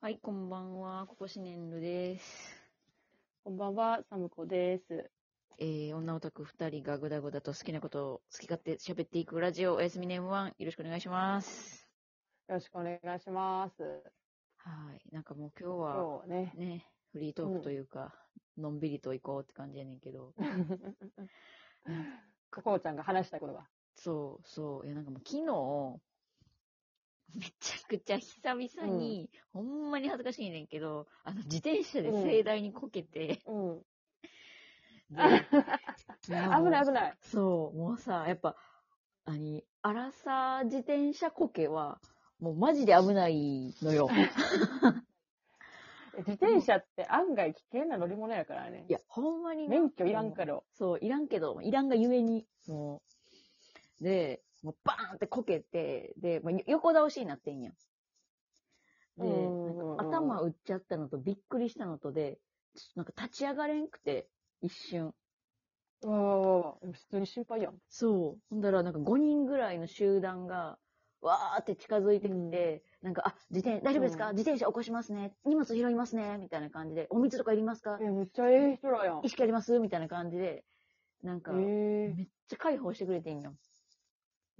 はい、こんばんは。ここしねんるです。こんばんは、サムコです。えー、女オタク二人がぐだぐだと好きなことを好き勝手喋っていくラジオ、おやすみねんワン、よろしくお願いします。よろしくお願いします。はい、なんかもう今日今日ははね。ね、フリートークというか、のんびりと行こうって感じやねんけど、こうちゃんが話したいことが。そうそう、いやなんかもう昨日、めちゃくちゃ久々に、ほんまに恥ずかしいねんけど、あの、自転車で盛大にこけて、うん。 で危ない危ない。そう、もうさ、やっぱ、あに、アラサー自転車こけは、もうマジで危ないの よ。自転車って案外危険な乗り物やからねい。や、ほんまにね免許いらんから。そう、いらんけど、いらんがゆえに、もう。で、もうバーンってこけて、で、まあ、よ横倒しになってんやん。で、うんうんうんうん頭打っちゃったのと、びっくりしたのとで、ちょっとなんか立ち上がれんくて、一瞬。うわー普通に心配やん。そう。ほんだら、なんか5人ぐらいの集団が、わーって近づいてきて、なんか、あ、自転、大丈夫ですか、うん自転車起こしますね。荷物拾いますね。みたいな感じで、お水とかいりますかえ、めっちゃええ人らやん。意識ありますみたいな感じで、なんか、めっえちゃ解放してくれてんよ。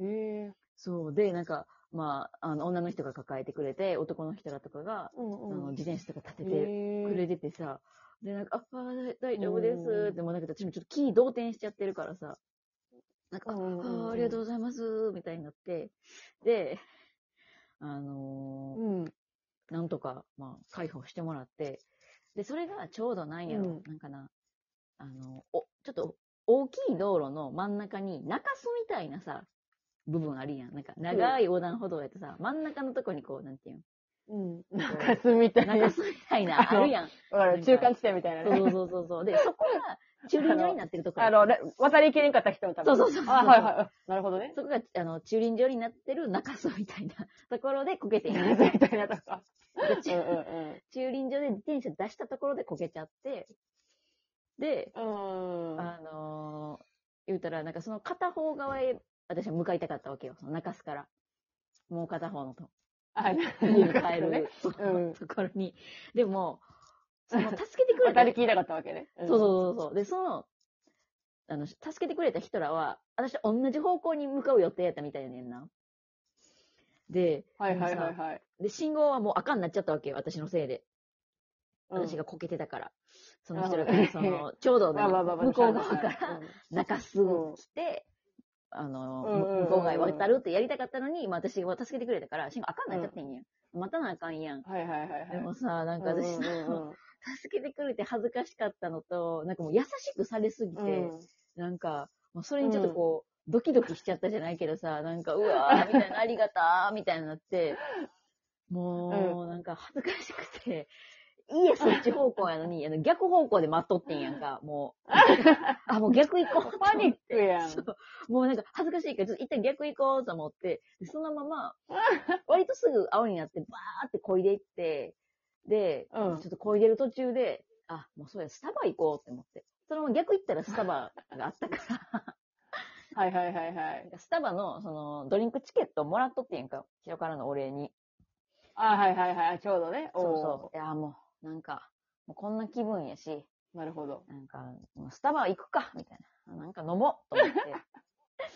えええそう。で、なんか、まあ、あの、女の人が抱えてくれて、男の人らとかが、うんあの、うん。自転車とか立ててえくれててさ、で、なんか、あ、あ大丈夫です。って、もうなんか私もちょっとキー動転しちゃってるからさ、なんか、あうんうんうんうんあありがとうございます、みたいになって、で、あのうん。ーなんとか、まあ、解放してもらって、で、それがちょうどなんやろ、うんなんかな、あの、お、ちょっと、大きい道路の真ん中に、中洲みたいなさ、部分あるやん。なんか、長い横断歩道やってさ、真ん中のとこにこう、なんていうんうん。なんかすみたいな。中洲みたいな、あるやん。わかる中間地点みたいなそうね。そうそうそうそう。で、そこが駐輪場になってるとこあの、れ渡りきれんかった人のために。そうそうそうそうあ、はいはい。なるほどね。そこが、あの、駐輪場になってる中洲みたいなところでこけてんみやんたいなとか。でうん駐うん駐輪場で自転車出したところでこけちゃって、で、うん。うん。あのー言うたら、なんかその片方側へ、私は向かいたかったわけよ。その中洲から。もう片方のと、はい。家に帰る、ね。そううんところに。でも、その、助けてくれ渡たり聞いたかったわけね。そううそうそうそう。で、その、あの、助けてくれた人らは、私と同じ方向に向かう予定やったみたいやねんな。で、ん。はいはいはいはい。で、信号はもう赤になっちゃったわけよ、私のせいで。うん私がこけてたから。その人らなが、るほそど の、ちょうどね、まあまあまあまあ向こう側からうん中すぐ来て、あの、うんうんうんうん向こう側へ渡るってやりたかったのに、まあ私が助けてくれたから、信号赤になっちゃってんや、ん。待たなあかんやん。はいはいはいはい。でもさ、なんか私うんうんの、助けてくれて恥ずかしかったのと、なんかもう優しくされすぎて、うんうんなんか、もうそれにちょっとこう、ドキドキしちゃったじゃないけどさ、なんか、うわー、みたいな、ありがたー、みたいになって、もう、なんか恥ずかしくて、家そっち方向やのに、あの逆方向で待っとってんやんか、もう。あ、もう逆行こう。パニックやん。もうなんか恥ずかしいから、ちょっと一旦逆行こうと思って、でそのまま、割とすぐ青になって、バーって漕いでいって、で、うんちょっと漕いでる途中で、あ、もうそうや、スタバ行こうって思って。そのまま逆行ったらスタバがあったから、 はいはいはいはい。スタバの、その、ドリンクチケットもらっとってんやんか。人からのお礼に。あ、はいはいはい。ちょうどね。そうそう。いや、もう、なんか、もうこんな気分やし、う。なるほど。なんか、もうスタバ行くか、みたいな。なんか飲もう、と 思って。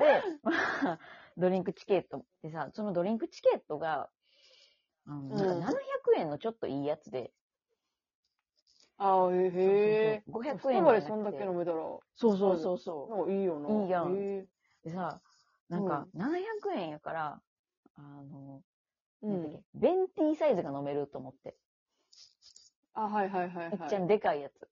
で、まあ、ドリンクチケットでさ、そのドリンクチケットが、あのなんかうん700円のちょっといいやつで、あへえ。そうそうそう500円スタバでそんだけ飲めたら、そうそうそうそう。もういいよな。いいやんへえでさ、なんか、700円やから、あの、うなんだっんけ。ベンティーサイズが飲めると思って。あ、はいはいはいいっちゃはんでかいやつ。い。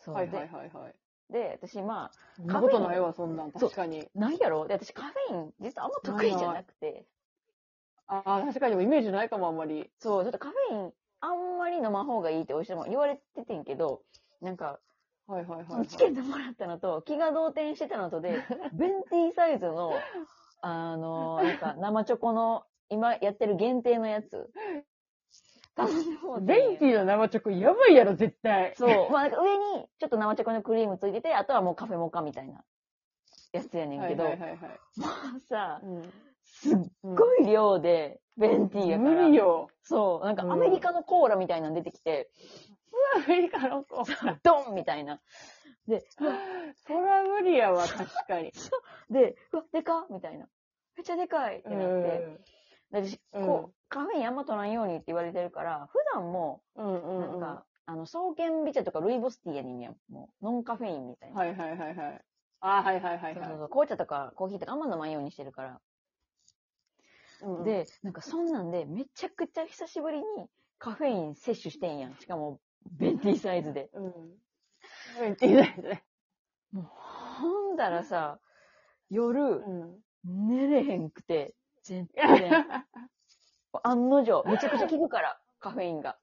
そう、はいはいはいはい。で、で、私、まあ、そんなことないわ、そんなん。そう確かに。ないやろで、私、カフェイン、実はあんま得意じゃなくて、ああ、確かにでもイメージないかも、あんまり。そう、ちょっとカフェイン、あんまり飲まん方がいいってお医者も言われててんけど、なんか、はいはいはいそはのい。チケットもらったのと、気が動転してたのとで、 ベンティーサイズの、あの、なんか、生チョコの、今やってる限定のやつ。頼んでもうてんやベンティーの生チョコやばいやろ、絶対。そう。まあ、なんか上に、ちょっと生チョコのクリームついてて、あとはもうカフェモカみたいなやつやねんはけいど、はいはいはい。さ、うんすっうんごい量で、ベンティーやから。無理よ。そう。なんかうんアメリカのコーラみたいなの出てき て、アメリカの子。そドンみたいな。で、ら無理やわ、確かに。で、うわ、でかっみたいな。めっちゃでかいってなって。で私、うんこう、カフェインあんま取らんようにって言われてるから、普段も、うんうんなんうん。はか、あの、双剣美茶とかルイボスティーやねんやん。もう、ノンカフェインみたいいな。はいはいはい。あーはいはいはいそうはそういそう紅茶とかコーヒーとかあんま飲まんようにしてるから。。うんうん、で、なんかそんなんで、めちゃくちゃ久しぶりにカフェイン摂取してんやん。しかも、ベンティーサイズで。うん。ベンティーだよね。もう、ほんだらさ、夜、うん。寝れへんくて、全然。 案の定、めちゃくちゃ効くから、カフェインが。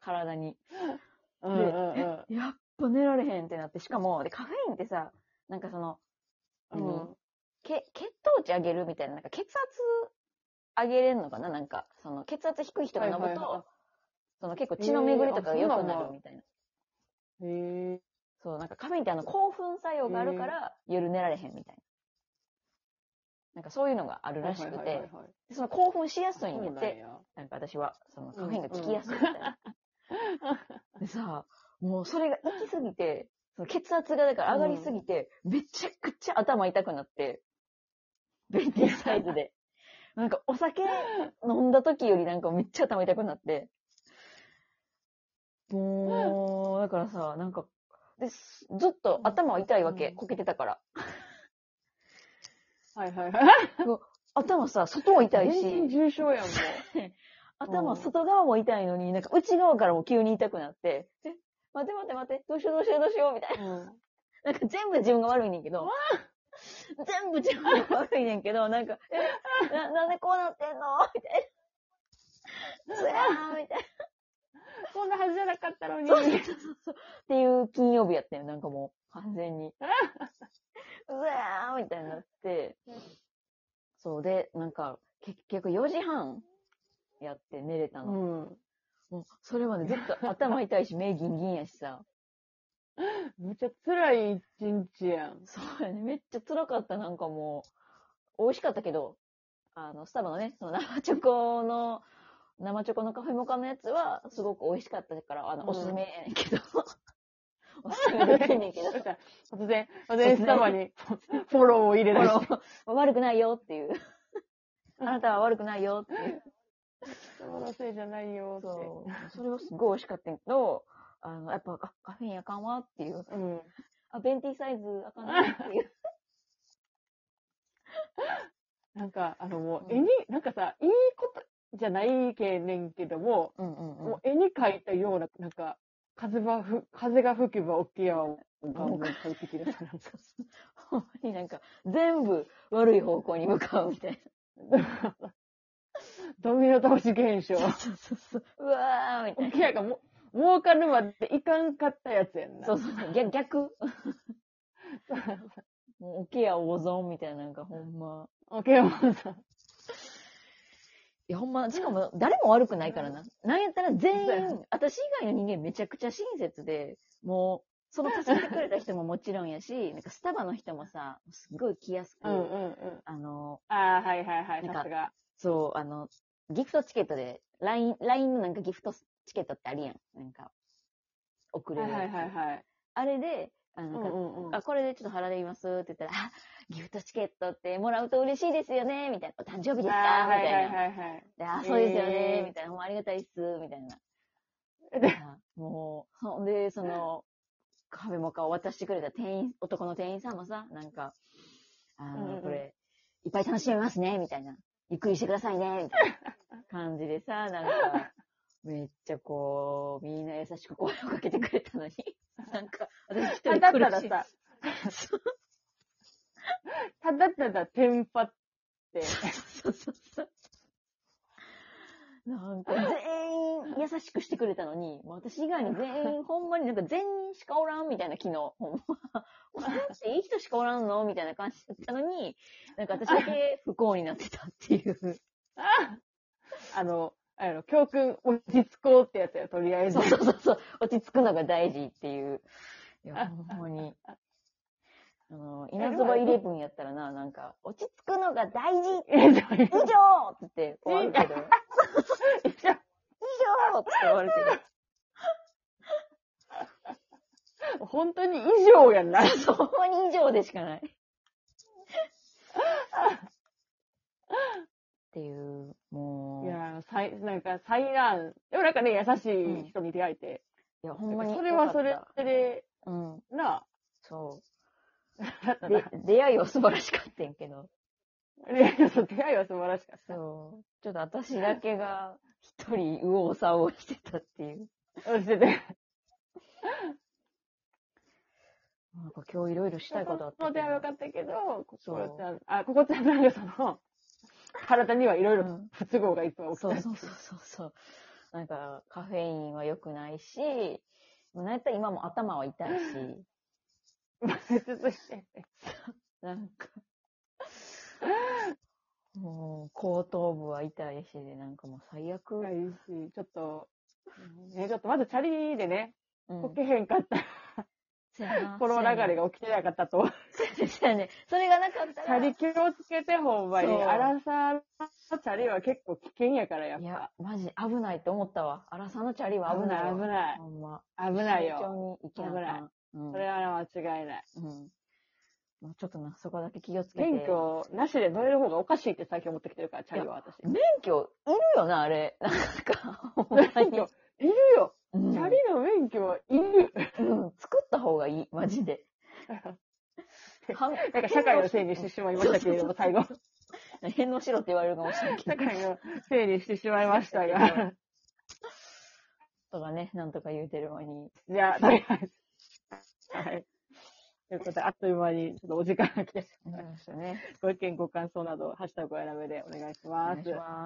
体に。うんうんうんやっぱ寝られへんってなって、しかも、でカフェインってさ、なんかその、うん。け血糖値上げるみたいな、なんか血圧上げれんのかななんか、その血圧低い人が飲むと、はいはいはいその結構血の巡りとかがえー良あくそうななんだるみたいな。へえ。そう、なんかカフェインってあの興奮作用があるから、夜寝られへんみたいな。なんかそういうのがあるらしくはいはいはいて、はいでその興奮しやすいんそやっうなんて、や。なんか私は、そのカフェインが効きやすいみたいな。でさ、もうそれが行き過ぎて、その血圧がだから上がりすぎて、めちゃくちゃ頭痛くなって、ベンティーサイズで。なんかお酒飲んだ時よりなんかめっちゃ頭痛くなって。もう、だからさ、なんか、ですずっと頭は痛いわけ、うんこけてたから。はいはいはい。頭さ、外も痛いし。全身重症やん、も頭、うん外側も痛いのに、なんか内側からも急に痛くなって、え、待て待て待て、どうしようどうしようどうしようみたいな。う。なんか全部自分が悪いねんけど、全部自分が悪いねんけど、なんか、え、な、なんでこうなってんのみたいな。そやーみたいな。そんなはずじゃなかったのに。そうそうそうそう。っていう金曜日やったよ、なんかもう、完全に。そやーみたいになって、そうで、なんか、結局4時半やって寝れたの。うん。もう、それはね、ずっと頭痛いし、目ギンギンやしさ。めっちゃ辛い一日やん。そうやね、めっちゃ辛かった、なんかもう。美味しかったけど、あの、スタバのね、その生チョコの、生チョコのカフェモカのやつは、すごく美味しかったから、あうの、んおすすめやねんけど。おすすめできんね んけど。そしたら突然、突然スタバに フォローを入れ出して。悪くないよっていう。あなたは悪くないよっていう。スタバのせいじゃないよって。そう。それはすごい美味しかったんやけど、あの、やっぱ、あカフェインあかんわっていう。うん。あ、ベンティーサイズあかんなっていう。なんか、あのもう、うん絵に、なんかさ、いいことじゃないけねんけども、うんうんうんもう絵に描いたような、なんか、風はふ、風が吹けば起きやわ、がもう快適 だから。ほんまになんか、全部悪い方向に向かうみたいドミノ倒し現 象。な。そうそうそう。うわーみたい起きやがも、儲かるまでいかんかったやつやんな。な。そうそうそう。逆、逆。もう、オケや大損みたいな、なんかほんま。起きやもんさ。いや、ほんま、しかも、誰も悪くないからな。なんやったら全そうやな員、私以外の人間めちゃくちゃ親切で、もう、その助けてくれた人ももちろんやし、なんかスタバの人もさ、すごい来やすく、うんうんうん。あの、ああ、はいはいはい、なんかさすが。そう、あの、ギフトチケットで、LINE、LINE のなんかギフトチケットってあるやん。なんか、送れはいるやつ。はいはいはい。あれで、あうのなんんうか、んうん。あ、これでちょっと払でいますって言ったら、あ、ギフトチケットってもらうと嬉しいですよね、みたいな。お誕生日ですかあみーはいたはいいな。はいはい。であ、そうですよえね、ーみたいな。ほんまありがたいっす、みたいな。であもう、そんで、その、カフェモカを渡してくれた店員、男の店員さんもさ、なんか、あの、うんうんこれ、いっぱい楽しめますね、みたいな。ゆっくりしてくださいね、みたいな感じでさ、なんか、めっちゃこう、みんな優しく声をかけてくれたのに、なんか、私一人た苦だただしいさ、 ただただテンパ って。そうそうそう。なんか、全員優しくしてくれたのに、もう私以外に全員、ほんまになんか全員しかおらんみたいな昨日、ほんま。私っていい人しかおらんのみたいな感じだったのに、なんか私だけ不幸になってたっていう。あの、あの、教訓落ち着こうってやつや、とりあえずそう。そうそうそう。落ち着くのが大事っていう。いや、ほんまに。あの、稲妻イレブンやったらな、なんか、落ち着くのが大事え、どうい 以上うっつって終わるけど。終わるけ本当に以上やんな。ど。そう、ほんまに以上でしかない。っていう、も、いういや、やー、最、なんか災難。でもなんかね、優しい人に出会えて。ほんまに。それはそれよかっで、たうん、なそあ、う。出で、出会いは素晴らしかったんやけど。出会いは素晴らしかった。そう。ちょっと私だけが、一人、右往左往してたっていう。そしてて。なんか今日いろいろしたいことあったこのけ出ど会いは良かったけど、こそうこちゃん、あ、ここちゃんなんかその、体にはいろいろうん不都合がいっぱい起きた。そう そうそうそうそう。なんか、カフェインは良くないし、もうなんやったら今も頭は痛いし、続いて。なんか、 もう、後頭部は痛いしで、なんかもう最悪。がいいし、ちょっと、ね、ちょっとまずチャリでね、うんこけへんかった、そやなこの流れが起きてなかったと。そうやね。それがなかったチャら、リ気をつけて、ほんまに。そうアラサーのチャリは結構危険やから、やっいぱや。、マジ危ないって思ったわ。荒さのチャリは危ないわ。危ないほんま。危ない慎よ。重に行きなあかん危ない。うん。それは間違いない。うん。まあちょっとな、そこだけ気をつけて。免許なしで乗れる方がおかしいって最近思ってきてるから、チャリは私。免許いるよな、あれ。 なんか、ほんま免に。許、いるよ。うんチャリの免許はいる。うん、作った方がいい、マジで。 ななんか社会のせいにしてしまいましたけれども、 最後。返納しろって言われるかもしれないけど社。会のせいにしてしまいました が。とかね、なんとか言うてる間に。じゃあ、とりあえず。はい。ということで、あっという間に、ちょっとお時間が来てしまいましたましたね。ご意見、ご感想など、ハッシュタグやらめでお願いしおま願いすし。ます。